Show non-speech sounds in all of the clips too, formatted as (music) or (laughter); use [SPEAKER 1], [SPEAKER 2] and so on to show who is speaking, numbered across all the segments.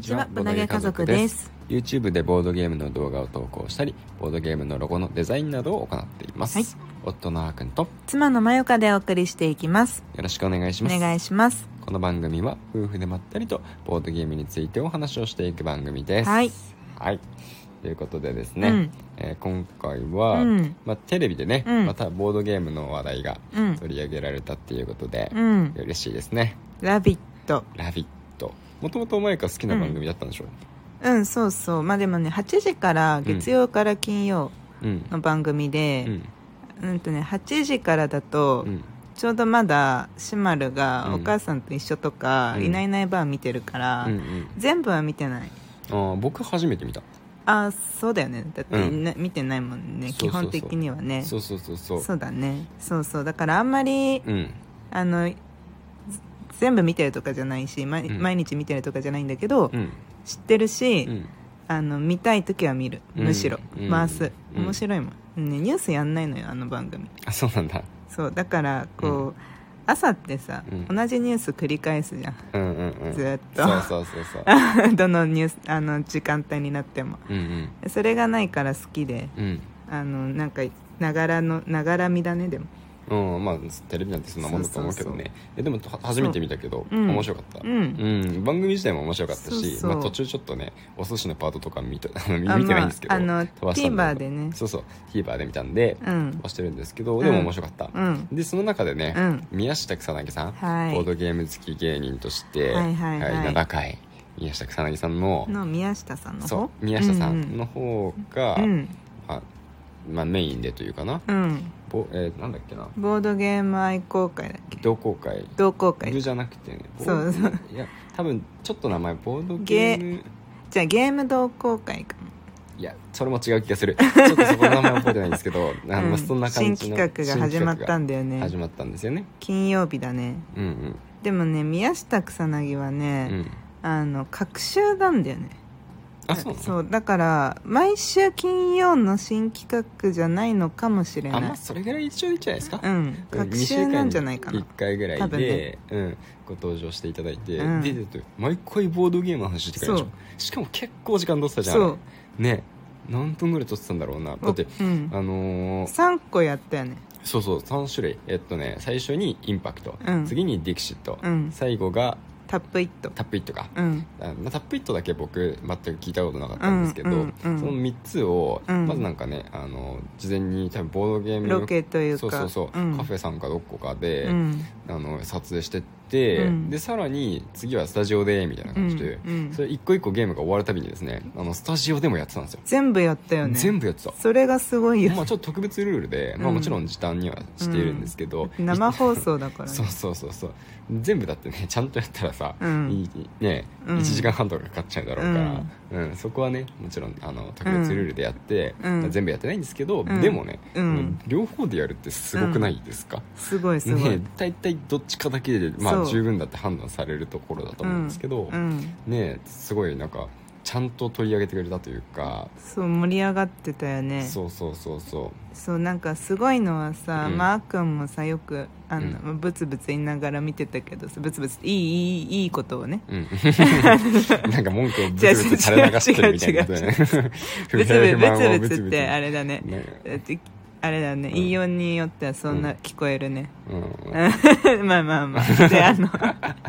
[SPEAKER 1] ちはボードゲー家族です
[SPEAKER 2] YouTube でボードゲームの動画を投稿したりボードゲームのロゴのデザインなどを行っています、
[SPEAKER 1] はい
[SPEAKER 2] 夫のあーくんとよ
[SPEAKER 1] 妻のまよかでお送りしていきます
[SPEAKER 2] ろしくお願いし
[SPEAKER 1] お
[SPEAKER 2] ます
[SPEAKER 1] 願いします
[SPEAKER 2] この番組は夫婦でまったりとボードゲームについてお話をしていく番組です
[SPEAKER 1] はい、
[SPEAKER 2] はいということでですね、
[SPEAKER 1] うん
[SPEAKER 2] えー今回は、
[SPEAKER 1] うん
[SPEAKER 2] まあ、テレビでね、
[SPEAKER 1] うん
[SPEAKER 2] またボードゲームの話題が
[SPEAKER 1] うん
[SPEAKER 2] 取り上げられたっていうことで、
[SPEAKER 1] うん
[SPEAKER 2] 嬉しいですね
[SPEAKER 1] 「ラビット!
[SPEAKER 2] 「ラビット!」もともと前から好きな番組だったんでしょ」
[SPEAKER 1] うんそうそうまあでもね8時から月曜から金曜
[SPEAKER 2] うん
[SPEAKER 1] の番組
[SPEAKER 2] う
[SPEAKER 1] で、
[SPEAKER 2] ん
[SPEAKER 1] うん、とね8時からだと、
[SPEAKER 2] うん
[SPEAKER 1] ちょうどまだシマルが
[SPEAKER 2] う
[SPEAKER 1] お
[SPEAKER 2] ん
[SPEAKER 1] 母さんと一緒とか、
[SPEAKER 2] うん
[SPEAKER 1] いないいないばあ見てるから、
[SPEAKER 2] うんうん
[SPEAKER 1] 全部は見てない
[SPEAKER 2] あー僕初めて見た
[SPEAKER 1] ああそうだよねだって
[SPEAKER 2] うん
[SPEAKER 1] ね、見てないもんね
[SPEAKER 2] そうそうそう
[SPEAKER 1] 基本的にはね
[SPEAKER 2] そうそうそうそう
[SPEAKER 1] そうだねそうそうだからあんまり、
[SPEAKER 2] うん
[SPEAKER 1] あのず全部見てるとかじゃないし、ま
[SPEAKER 2] うん
[SPEAKER 1] 毎日見てるとかじゃないんだけど、
[SPEAKER 2] うん
[SPEAKER 1] 知ってるし、
[SPEAKER 2] うん
[SPEAKER 1] あの見たい時は見る
[SPEAKER 2] うん
[SPEAKER 1] むしろ、
[SPEAKER 2] うん
[SPEAKER 1] 回す
[SPEAKER 2] うん
[SPEAKER 1] 面白いもん、ね、ニュースやんないのよあの番組
[SPEAKER 2] あそうなんだ
[SPEAKER 1] そうだからこう、朝ってさ、
[SPEAKER 2] うん
[SPEAKER 1] 同じニュース繰り返すじゃん
[SPEAKER 2] うんうんうん
[SPEAKER 1] ずーっと
[SPEAKER 2] そうそうそうそ
[SPEAKER 1] (laughs)
[SPEAKER 2] う
[SPEAKER 1] どのニュースあの時間帯になっても
[SPEAKER 2] うん
[SPEAKER 1] それがないから好きで
[SPEAKER 2] うん
[SPEAKER 1] あのなんかながらのながらみだねでも
[SPEAKER 2] うんうんまあテレビなんてそんなもんだと思うけど
[SPEAKER 1] そう
[SPEAKER 2] ねえでもは初めて見たけど
[SPEAKER 1] うん
[SPEAKER 2] 面白かった
[SPEAKER 1] う
[SPEAKER 2] うんん番組自体も面白かったし
[SPEAKER 1] そうそう
[SPEAKER 2] まあ途中ちょっとねお寿司のパートとか見た見
[SPEAKER 1] あ
[SPEAKER 2] (laughs) 見てないんですけど
[SPEAKER 1] まああの
[SPEAKER 2] 飛ばしたんだけ
[SPEAKER 1] TVer で
[SPEAKER 2] ど
[SPEAKER 1] ね
[SPEAKER 2] そうそう TVer で見たんで
[SPEAKER 1] うん
[SPEAKER 2] はしてるんですけどでも面白かった
[SPEAKER 1] うん
[SPEAKER 2] でその中でね、
[SPEAKER 1] うん
[SPEAKER 2] 宮下草薙さん、
[SPEAKER 1] はい
[SPEAKER 2] ボードゲーム好き芸人として、
[SPEAKER 1] はいはいはい
[SPEAKER 2] 7回宮下草薙さんの
[SPEAKER 1] の宮下さんの方
[SPEAKER 2] そう宮下さんの方が、
[SPEAKER 1] うんうん、
[SPEAKER 2] まあまあ、メインでというかな、
[SPEAKER 1] うんうん
[SPEAKER 2] ぼえーなんだっけな
[SPEAKER 1] ボードゲーム愛好会だっけ
[SPEAKER 2] 同好会
[SPEAKER 1] 同好
[SPEAKER 2] 僕
[SPEAKER 1] 会
[SPEAKER 2] じゃなくてねボ
[SPEAKER 1] そ
[SPEAKER 2] ー
[SPEAKER 1] うそう
[SPEAKER 2] いや多分ちょっと名前ボードゲーム
[SPEAKER 1] じゃあゲーム同好会かも
[SPEAKER 2] いやそれも違う気がするちょっとそこの名前覚えてないんです
[SPEAKER 1] (laughs)
[SPEAKER 2] けどあの、
[SPEAKER 1] うん
[SPEAKER 2] まあそんな感じ
[SPEAKER 1] 新
[SPEAKER 2] の
[SPEAKER 1] 企画が始まったんだよ
[SPEAKER 2] 新企画が始
[SPEAKER 1] ね
[SPEAKER 2] まったんですよね
[SPEAKER 1] 金曜日だね
[SPEAKER 2] うん
[SPEAKER 1] でもね宮下草薙は
[SPEAKER 2] う
[SPEAKER 1] ね
[SPEAKER 2] ん、う、ん、
[SPEAKER 1] あの隔週なんだよね
[SPEAKER 2] あそうなの
[SPEAKER 1] だから毎週金曜の新企画じゃないのかもしれ
[SPEAKER 2] あ
[SPEAKER 1] な
[SPEAKER 2] まあ
[SPEAKER 1] い
[SPEAKER 2] それぐらい一応いいんじゃないですか、
[SPEAKER 1] うん隔週なんじゃないかな
[SPEAKER 2] 1回ぐら
[SPEAKER 1] 多
[SPEAKER 2] い
[SPEAKER 1] 分
[SPEAKER 2] で
[SPEAKER 1] ね、
[SPEAKER 2] うん、ご登場していただいて、
[SPEAKER 1] うん
[SPEAKER 2] ででと毎回ボードゲームの話してくれるでし
[SPEAKER 1] そ
[SPEAKER 2] ょしかも結構時間取ってたじゃん
[SPEAKER 1] そう
[SPEAKER 2] ね何分ぐらい取ってたんだろうなだって
[SPEAKER 1] うん、
[SPEAKER 2] あのー
[SPEAKER 1] 3個やったよね
[SPEAKER 2] そうそう3種類えっとね最初にインパクト、
[SPEAKER 1] うん
[SPEAKER 2] 次にディクシット、
[SPEAKER 1] うん
[SPEAKER 2] 最後が
[SPEAKER 1] タップイット
[SPEAKER 2] タップイットか、
[SPEAKER 1] うん
[SPEAKER 2] あまあタップイットだけ僕全く聞いたことなかったんですけど、
[SPEAKER 1] うんうんうん
[SPEAKER 2] その3つを、
[SPEAKER 1] うん
[SPEAKER 2] まずなんかねあの事前に多分ボードゲーム
[SPEAKER 1] ロケというか
[SPEAKER 2] そうそうそう、
[SPEAKER 1] ん
[SPEAKER 2] カフェさんかどこかで、
[SPEAKER 1] うん
[SPEAKER 2] あの撮影してって、
[SPEAKER 1] うん
[SPEAKER 2] でさらに次はスタジオでみたいな
[SPEAKER 1] う
[SPEAKER 2] 感じで
[SPEAKER 1] ん、うん
[SPEAKER 2] それ一個一個ゲームが終わるたびにですねあのスタジオでもやってたんですよ
[SPEAKER 1] 全部やったよね
[SPEAKER 2] 全部やってた、
[SPEAKER 1] それがすごいよ、
[SPEAKER 2] まあ、ちょっと特別ルールで、まあ、
[SPEAKER 1] うん
[SPEAKER 2] もちろん時短にはしているんですけど、
[SPEAKER 1] 生放送だからね
[SPEAKER 2] そうそうそうそう全部だってねちゃんとやったらさ、
[SPEAKER 1] うん
[SPEAKER 2] いいね
[SPEAKER 1] うん
[SPEAKER 2] 1時間半とかかかっちゃうだろうから、うんそこはねもちろんあの特別ルールでやって、
[SPEAKER 1] うん
[SPEAKER 2] まあ全部やってないんですけど、
[SPEAKER 1] うん
[SPEAKER 2] でもね、
[SPEAKER 1] うん
[SPEAKER 2] 両方でやるってすごくないですか、
[SPEAKER 1] すごいすごい、
[SPEAKER 2] ね、大体どっちかだけで、
[SPEAKER 1] そ
[SPEAKER 2] まあ、
[SPEAKER 1] う
[SPEAKER 2] 十分だって判断されるところだと思うんですけど、
[SPEAKER 1] うん
[SPEAKER 2] ねすごいなんかちゃんと取り上げてくれたというか、
[SPEAKER 1] そう盛り上がってたよね
[SPEAKER 2] そうそうそうそ
[SPEAKER 1] そうなんかすごいのはさ、
[SPEAKER 2] うん
[SPEAKER 1] まああっくんもさよくあの、ブツブツ言いながら見てたけどさブツブツっていいいいいいことを
[SPEAKER 2] (laughs)
[SPEAKER 1] ね (laughs)
[SPEAKER 2] う、うんなんか文句をブツブツ垂れ流してるみたいなことで
[SPEAKER 1] ブ
[SPEAKER 2] ね不
[SPEAKER 1] ツブ
[SPEAKER 2] 平
[SPEAKER 1] ツ
[SPEAKER 2] 不満を
[SPEAKER 1] ブツブツってあ
[SPEAKER 2] れ
[SPEAKER 1] れだね
[SPEAKER 2] ね
[SPEAKER 1] だってあれだね、言いようによってはそんな聞こえるね、 (laughs)
[SPEAKER 2] うん
[SPEAKER 1] うんまあまあまあであの (laughs)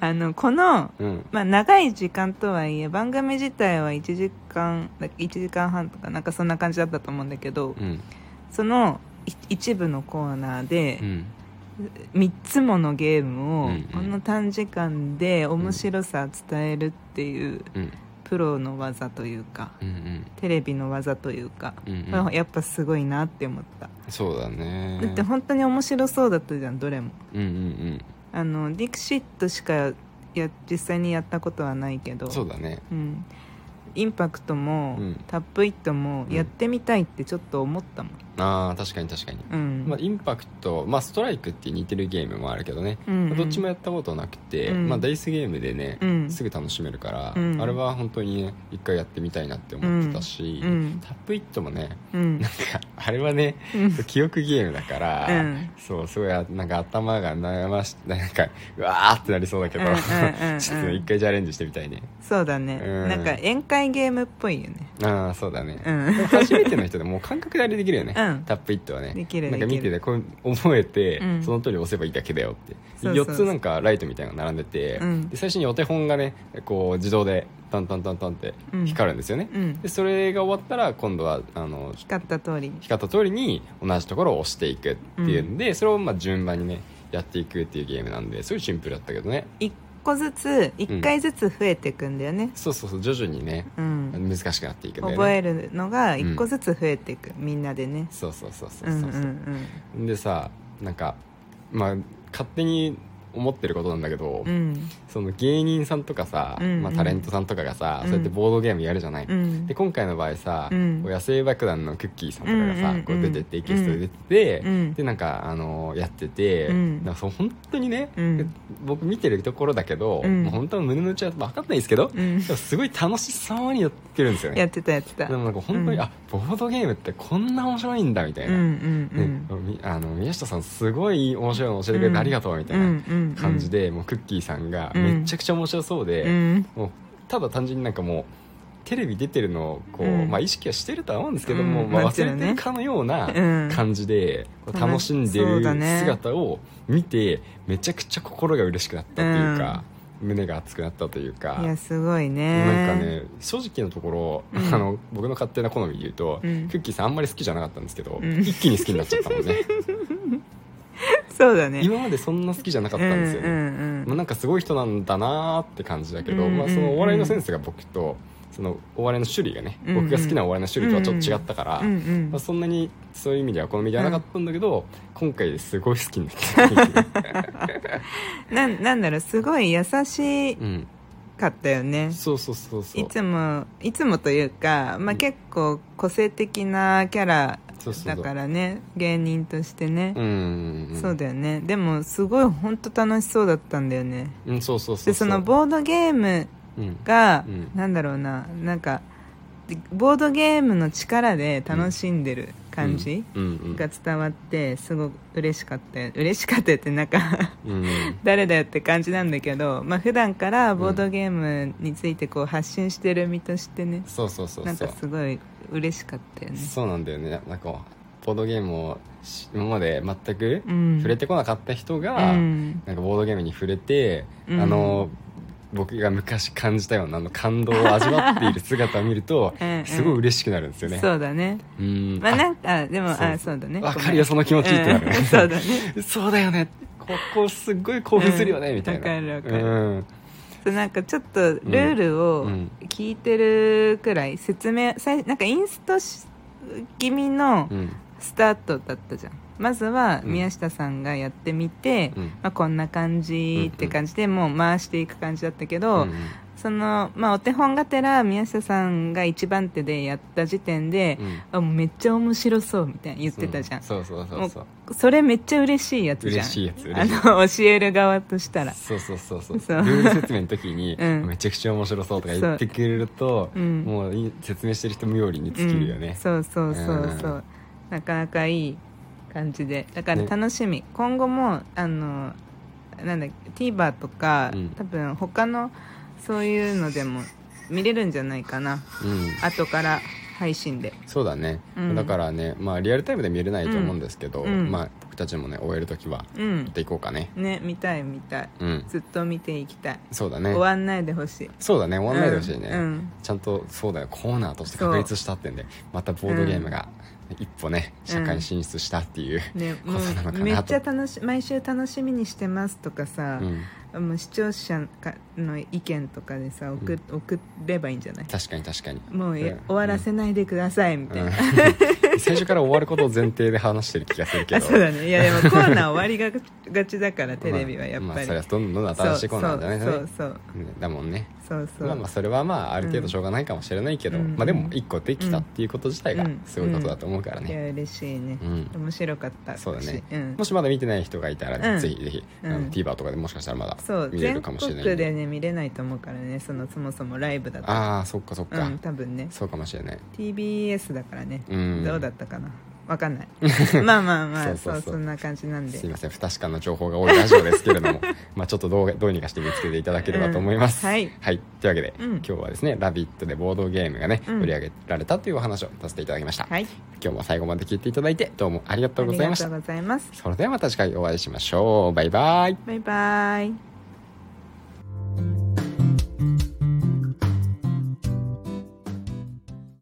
[SPEAKER 1] あのこの、
[SPEAKER 2] うん
[SPEAKER 1] まあ、長い時間とはいえ番組自体は1時間1時間半とかなんかそんな感じだったと思うんだけど、
[SPEAKER 2] うん
[SPEAKER 1] そのい一部のコーナーで、
[SPEAKER 2] うん
[SPEAKER 1] 3つものゲームを
[SPEAKER 2] うんうん
[SPEAKER 1] この短時間で面白さ伝えるっていう
[SPEAKER 2] うん
[SPEAKER 1] プロの技というか
[SPEAKER 2] うんうん
[SPEAKER 1] テレビの技というか、
[SPEAKER 2] うん
[SPEAKER 1] これはやっぱすごいなって思った、
[SPEAKER 2] そうだね
[SPEAKER 1] だって本当に面白そうだったじゃんどれも
[SPEAKER 2] うんうん
[SPEAKER 1] あのディクシットしかや実際にやったことはないけ
[SPEAKER 2] う
[SPEAKER 1] ど
[SPEAKER 2] んそうだね
[SPEAKER 1] うん、インパクトも、
[SPEAKER 2] うん
[SPEAKER 1] タップイットも
[SPEAKER 2] うん
[SPEAKER 1] やってみたいってちょっと思ったもん
[SPEAKER 2] あー確かに確かに、
[SPEAKER 1] うん、
[SPEAKER 2] まあ、インパクト、まあ、ストライクって似てるゲームもあるけどね、
[SPEAKER 1] うんうん
[SPEAKER 2] どっちもやったことなくて、
[SPEAKER 1] うん
[SPEAKER 2] まあ、ダイスゲームでね、
[SPEAKER 1] うん
[SPEAKER 2] すぐ楽しめるから、
[SPEAKER 1] うん
[SPEAKER 2] あれは本当にね一回やってみたいなって思ってたし、
[SPEAKER 1] うん
[SPEAKER 2] タップイットもね (laughs)
[SPEAKER 1] うん
[SPEAKER 2] なんかあれはね
[SPEAKER 1] うん
[SPEAKER 2] 記憶ゲームだから、
[SPEAKER 1] うん
[SPEAKER 2] そうすごいあなんか頭が悩ましなんかうわーってなりそうだけど、
[SPEAKER 1] うんうんうんうん
[SPEAKER 2] (laughs) ちょっと一回チャレンジしてみたいね
[SPEAKER 1] そうだね、
[SPEAKER 2] うん
[SPEAKER 1] なんか宴会ゲームっぽいよね
[SPEAKER 2] ああそうだね、
[SPEAKER 1] うん
[SPEAKER 2] でも初めての人でもう感覚であれできるよね、
[SPEAKER 1] うん
[SPEAKER 2] タップイットはね
[SPEAKER 1] できる
[SPEAKER 2] なんか見
[SPEAKER 1] でき
[SPEAKER 2] て
[SPEAKER 1] る
[SPEAKER 2] てこう覚えて、
[SPEAKER 1] うん
[SPEAKER 2] その通り押せばいいだけだよって
[SPEAKER 1] そうそう
[SPEAKER 2] 4つなんかライトみたいなのが並んでて、
[SPEAKER 1] うん
[SPEAKER 2] で最初にお手本がねこう自動でタンタンタンタンって
[SPEAKER 1] うん
[SPEAKER 2] 光るんですよね、
[SPEAKER 1] うん
[SPEAKER 2] でそれが終わったら今度はあの
[SPEAKER 1] 光った通りに
[SPEAKER 2] 光った通りに同じところを押していくっていうんで、それをまあ順番にねやっていくっていうゲームなんですごいシンプルだったけどね
[SPEAKER 1] 一個ずつ一回ずつ増えていくんだよね
[SPEAKER 2] そうそうそう徐々にね
[SPEAKER 1] うん、
[SPEAKER 2] 難しくなっていくんだよね
[SPEAKER 1] 覚えるのが一個ずつ増えていく、みんなでね
[SPEAKER 2] そうそうそうそう
[SPEAKER 1] う
[SPEAKER 2] そ
[SPEAKER 1] ん
[SPEAKER 2] う
[SPEAKER 1] う
[SPEAKER 2] そ
[SPEAKER 1] ん
[SPEAKER 2] う
[SPEAKER 1] うん
[SPEAKER 2] でさなんかまあ勝手に思ってることなんだけど、
[SPEAKER 1] うん
[SPEAKER 2] その芸人さんとかさ、
[SPEAKER 1] うんうん
[SPEAKER 2] まあ、タレントさんとかがさ、
[SPEAKER 1] うん
[SPEAKER 2] そうやってボードゲームやるじゃない、
[SPEAKER 1] うん
[SPEAKER 2] で今回の場合さ、
[SPEAKER 1] うん
[SPEAKER 2] こう野生爆弾のクッキーさんとかが
[SPEAKER 1] うん
[SPEAKER 2] さ、
[SPEAKER 1] うんうん
[SPEAKER 2] こう出てってゲストで出てて、
[SPEAKER 1] うん
[SPEAKER 2] でなんか、あのやってて、
[SPEAKER 1] うん
[SPEAKER 2] なんかそう本当にね、
[SPEAKER 1] うん
[SPEAKER 2] 僕見てるところだけど、
[SPEAKER 1] うん
[SPEAKER 2] もう本当の胸の内は分かんないですけど、
[SPEAKER 1] う
[SPEAKER 2] で
[SPEAKER 1] ん
[SPEAKER 2] もすごい楽しそうにやってるんですよ
[SPEAKER 1] やっ
[SPEAKER 2] ね
[SPEAKER 1] てたやってた
[SPEAKER 2] でもなんか本当に、
[SPEAKER 1] うん
[SPEAKER 2] あボードゲームってこんな面白いんだみたい
[SPEAKER 1] うん
[SPEAKER 2] な、
[SPEAKER 1] うんうん、
[SPEAKER 2] ねみあの宮下さんすごい面白いの教えてくれてありがとうみたいな感じで、もうクッキーさんが
[SPEAKER 1] うん
[SPEAKER 2] めちゃくちゃ面白そう
[SPEAKER 1] う
[SPEAKER 2] で、
[SPEAKER 1] んうん、
[SPEAKER 2] もうただ単純になんかもうテレビ出てるのをこう、
[SPEAKER 1] うん
[SPEAKER 2] まあ、意識はしてるとは思うんですけども、
[SPEAKER 1] うん
[SPEAKER 2] まあ、
[SPEAKER 1] もち
[SPEAKER 2] 忘
[SPEAKER 1] ろん
[SPEAKER 2] れ
[SPEAKER 1] ね
[SPEAKER 2] てるかのような
[SPEAKER 1] うん
[SPEAKER 2] 感じで、こう
[SPEAKER 1] 楽
[SPEAKER 2] 楽
[SPEAKER 1] し
[SPEAKER 2] しんで
[SPEAKER 1] そう
[SPEAKER 2] る
[SPEAKER 1] だね
[SPEAKER 2] 姿を見てめちゃくちゃ心が嬉しくなったというか、胸が熱くなったというか
[SPEAKER 1] いやすごいね
[SPEAKER 2] なんかね正直なところ、
[SPEAKER 1] うん
[SPEAKER 2] あの僕の勝手な好みで言うと、
[SPEAKER 1] うん
[SPEAKER 2] クッキーさんあんまり好きじゃなかったんですけど、
[SPEAKER 1] うん
[SPEAKER 2] 一気に好きになっちゃったもんね
[SPEAKER 1] そうだね
[SPEAKER 2] 今までそんな好きじゃなかったんですよね、
[SPEAKER 1] うんうん
[SPEAKER 2] まあ、なんかすごい人なんだなーって感じだけど、
[SPEAKER 1] うん
[SPEAKER 2] まあ、そのお笑いのセンスが僕とそのお笑いの種類がね、
[SPEAKER 1] うん
[SPEAKER 2] 僕が好きなお笑いの種類とはちょっと違ったから、
[SPEAKER 1] うんうん
[SPEAKER 2] まあ、そんなにそういう意味では好みではなかったんだけど、今回すごい好きになった
[SPEAKER 1] なんなんだろうすごい優し
[SPEAKER 2] うん
[SPEAKER 1] かったよね
[SPEAKER 2] そうそうそうそう
[SPEAKER 1] いつもいつもというか、まあ、結構個性的なキャラ
[SPEAKER 2] そうそう
[SPEAKER 1] だ
[SPEAKER 2] そう
[SPEAKER 1] からね芸人としてね
[SPEAKER 2] う、んんん
[SPEAKER 1] そうだよねでもすごい本当楽しそうだったんだよね
[SPEAKER 2] うんそうそうそう
[SPEAKER 1] でそのボードゲーム
[SPEAKER 2] うん
[SPEAKER 1] が、
[SPEAKER 2] うん
[SPEAKER 1] なんだろうななんかボードゲームの力で楽しんでる感じ
[SPEAKER 2] うんうん
[SPEAKER 1] が伝わってすごく嬉しかったよ嬉しかったよってなんか (laughs)
[SPEAKER 2] うん
[SPEAKER 1] 誰だよって感じなんだけど、まあ普段からボードゲームについてこう発信してる身としてね、
[SPEAKER 2] そうそうそう
[SPEAKER 1] なん
[SPEAKER 2] そ
[SPEAKER 1] か
[SPEAKER 2] う
[SPEAKER 1] すごい嬉しかったよね
[SPEAKER 2] そうなんだよねなんかボードゲームをし今まで全く
[SPEAKER 1] うん
[SPEAKER 2] 触れてこなかった人が、
[SPEAKER 1] うん
[SPEAKER 2] なんかボードゲームに触れて、
[SPEAKER 1] うん
[SPEAKER 2] あの僕が昔感じたようなあの感動を味わっている姿を見る
[SPEAKER 1] (laughs)
[SPEAKER 2] と
[SPEAKER 1] うんうん
[SPEAKER 2] すごい嬉しくなるんですよね。
[SPEAKER 1] そうだね
[SPEAKER 2] うん
[SPEAKER 1] まあなんかでも
[SPEAKER 2] そう
[SPEAKER 1] あそうだね
[SPEAKER 2] わかるよその気持ちってなる (laughs)
[SPEAKER 1] うんそうだね
[SPEAKER 2] あそうだよねここすっごい興奮するよね、
[SPEAKER 1] うん
[SPEAKER 2] みたいな。
[SPEAKER 1] わかるわかる
[SPEAKER 2] うん
[SPEAKER 1] そうなんかちょっとルールを
[SPEAKER 2] うん
[SPEAKER 1] 聞いてるくらい説明さいなんかインストし気味の
[SPEAKER 2] うん
[SPEAKER 1] スタートだったじゃんまずは
[SPEAKER 2] うん
[SPEAKER 1] 宮下さんがやってみて、
[SPEAKER 2] うん
[SPEAKER 1] まあ、こんな感
[SPEAKER 2] うんうん
[SPEAKER 1] じって感じでもう回していく感じだったけど、
[SPEAKER 2] うん
[SPEAKER 1] その、まあ、お手本がてら宮下さんが1番手でやった時点で
[SPEAKER 2] う、ん
[SPEAKER 1] あもうめっちゃ面白そうみたいな言ってたじゃん
[SPEAKER 2] そうそうそうそう
[SPEAKER 1] それめっちゃ嬉しいやつじゃん
[SPEAKER 2] 嬉しいや
[SPEAKER 1] あ
[SPEAKER 2] つ嬉しいやつ
[SPEAKER 1] の教える側としたら
[SPEAKER 2] そうそうそうそう
[SPEAKER 1] そう
[SPEAKER 2] ルール説明の時に、
[SPEAKER 1] (laughs) うん
[SPEAKER 2] めちゃくちゃ面白そうとか言ってくれると、
[SPEAKER 1] そううん
[SPEAKER 2] もういい説明してる人無用理に尽きるよ
[SPEAKER 1] うん
[SPEAKER 2] ね、
[SPEAKER 1] そうそうそうそう、
[SPEAKER 2] うん
[SPEAKER 1] なかなかいい感じでだから
[SPEAKER 2] ね
[SPEAKER 1] 楽しみ、今後もあのなんだっけ TVer とか、
[SPEAKER 2] うん
[SPEAKER 1] 多分他のそういうのでも見れるんじゃないかな
[SPEAKER 2] うん
[SPEAKER 1] 後から配信で
[SPEAKER 2] そうだね、
[SPEAKER 1] うん
[SPEAKER 2] だからね、まあ、リアルタイムで見れないと思うんですけど、
[SPEAKER 1] うん
[SPEAKER 2] まあ、僕たちもね終える時は
[SPEAKER 1] う
[SPEAKER 2] や
[SPEAKER 1] ん
[SPEAKER 2] っていこうかね
[SPEAKER 1] ね見たい見たい
[SPEAKER 2] うん
[SPEAKER 1] ずっと見ていきたい、
[SPEAKER 2] そうだね
[SPEAKER 1] 終わんないでほしい
[SPEAKER 2] そうだね終わんないでほしいね、
[SPEAKER 1] うんうん
[SPEAKER 2] ちゃんとそうだよコーナーとして確立したってんでまたボードゲームが一歩ね、
[SPEAKER 1] うん
[SPEAKER 2] 社会進出したっていう、
[SPEAKER 1] ね、も
[SPEAKER 2] ことなのかな
[SPEAKER 1] う
[SPEAKER 2] と
[SPEAKER 1] めっちゃ楽し毎週楽しみにしてますとかさ
[SPEAKER 2] う、ん、
[SPEAKER 1] もう視聴者かの意見とかでさ送,、送ればいいんじゃない
[SPEAKER 2] 確かに確かに
[SPEAKER 1] もうえ、
[SPEAKER 2] うん
[SPEAKER 1] 終わらせないでくださいみたいな、
[SPEAKER 2] うん最初から終わることを前提で話してる気がするけ
[SPEAKER 1] あ (laughs)
[SPEAKER 2] ど
[SPEAKER 1] そうだねいやでもコーナー終わりががちだからテレビはやっ
[SPEAKER 2] ま
[SPEAKER 1] ぱ
[SPEAKER 2] あ
[SPEAKER 1] り、
[SPEAKER 2] まあそれはどんどん新しいコーナーだね
[SPEAKER 1] そうそうそう
[SPEAKER 2] ねだもんね
[SPEAKER 1] そうそう
[SPEAKER 2] まあまあそれはまあある程度しょうがないかもしれないけど、
[SPEAKER 1] うん
[SPEAKER 2] まあでも1個できたっていうこと自体が
[SPEAKER 1] うん
[SPEAKER 2] すごいことだと思うから
[SPEAKER 1] い
[SPEAKER 2] ね、
[SPEAKER 1] や嬉しいね、
[SPEAKER 2] うん
[SPEAKER 1] 面白かった
[SPEAKER 2] そうだね
[SPEAKER 1] しうん
[SPEAKER 2] もしまだ見てない人がいたらね、
[SPEAKER 1] うん
[SPEAKER 2] ぜひぜひ、あ
[SPEAKER 1] う
[SPEAKER 2] の
[SPEAKER 1] ん
[SPEAKER 2] TVer とかでもしかしたらま
[SPEAKER 1] そ
[SPEAKER 2] だ
[SPEAKER 1] う
[SPEAKER 2] 見れる
[SPEAKER 1] 全
[SPEAKER 2] かも
[SPEAKER 1] 国
[SPEAKER 2] しれないんで
[SPEAKER 1] でね見れないと思うからねそのそもそもライブだと
[SPEAKER 2] ああそっかそっか、
[SPEAKER 1] うん多分ね
[SPEAKER 2] そうかもしれない
[SPEAKER 1] TBS だからね、
[SPEAKER 2] うん
[SPEAKER 1] どうだったかなわかん
[SPEAKER 2] (laughs)
[SPEAKER 1] ないまあまあまあ
[SPEAKER 2] そ
[SPEAKER 1] そうう
[SPEAKER 2] そうそう
[SPEAKER 1] そんな感じなんです
[SPEAKER 2] いません不確かな情報が多いラジオですけれど (laughs) もまあちょっとどうどうにかして見つけていただければと思います、
[SPEAKER 1] うんはい
[SPEAKER 2] というわけで、
[SPEAKER 1] うん
[SPEAKER 2] 今日はですね「ラビット!」でボードゲームがね、
[SPEAKER 1] うん
[SPEAKER 2] 売り上げられたというお話をさせていただきました、
[SPEAKER 1] はい
[SPEAKER 2] 今日も最後まで聞いていただいてどうもありがとうございまし
[SPEAKER 1] あ
[SPEAKER 2] た
[SPEAKER 1] りがとうございます
[SPEAKER 2] それではまた次回お会いしましょうバイバイ
[SPEAKER 1] バイバイ